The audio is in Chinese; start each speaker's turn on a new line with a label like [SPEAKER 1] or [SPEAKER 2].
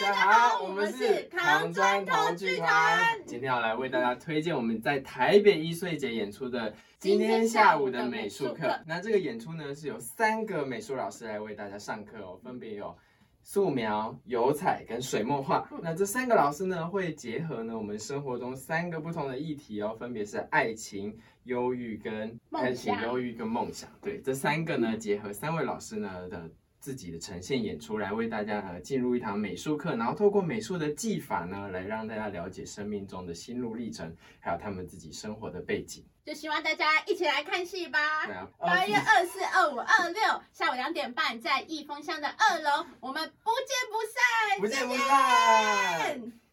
[SPEAKER 1] 家好，我们是唐砖同剧团，今天要来为大家推荐我们在台北艺穗节演出的今天下午的美术课。那这个演出呢是由三个美术老师来为大家上课哦，分别有素描、油彩跟水墨画。那这三个老师呢会结合呢我们生活中三个不同的议题哦，分别是爱情、忧郁跟
[SPEAKER 2] 梦
[SPEAKER 1] 爱情、
[SPEAKER 2] 想
[SPEAKER 1] 忧郁跟梦想。对，这三个呢结合三位老师呢的自己的呈现演出来为大家呃进入一堂美术课，然后透过美术的技法呢，来让大家了解生命中的心路历程，还有他们自己生活的背景。
[SPEAKER 2] 就希望大家一起来看戏吧
[SPEAKER 1] 对。啊，
[SPEAKER 2] 八月
[SPEAKER 1] 呃
[SPEAKER 2] 二四、二五、二六下午两点半，在益丰乡的二楼，我们不见不散。
[SPEAKER 1] 不见不散。
[SPEAKER 2] 见。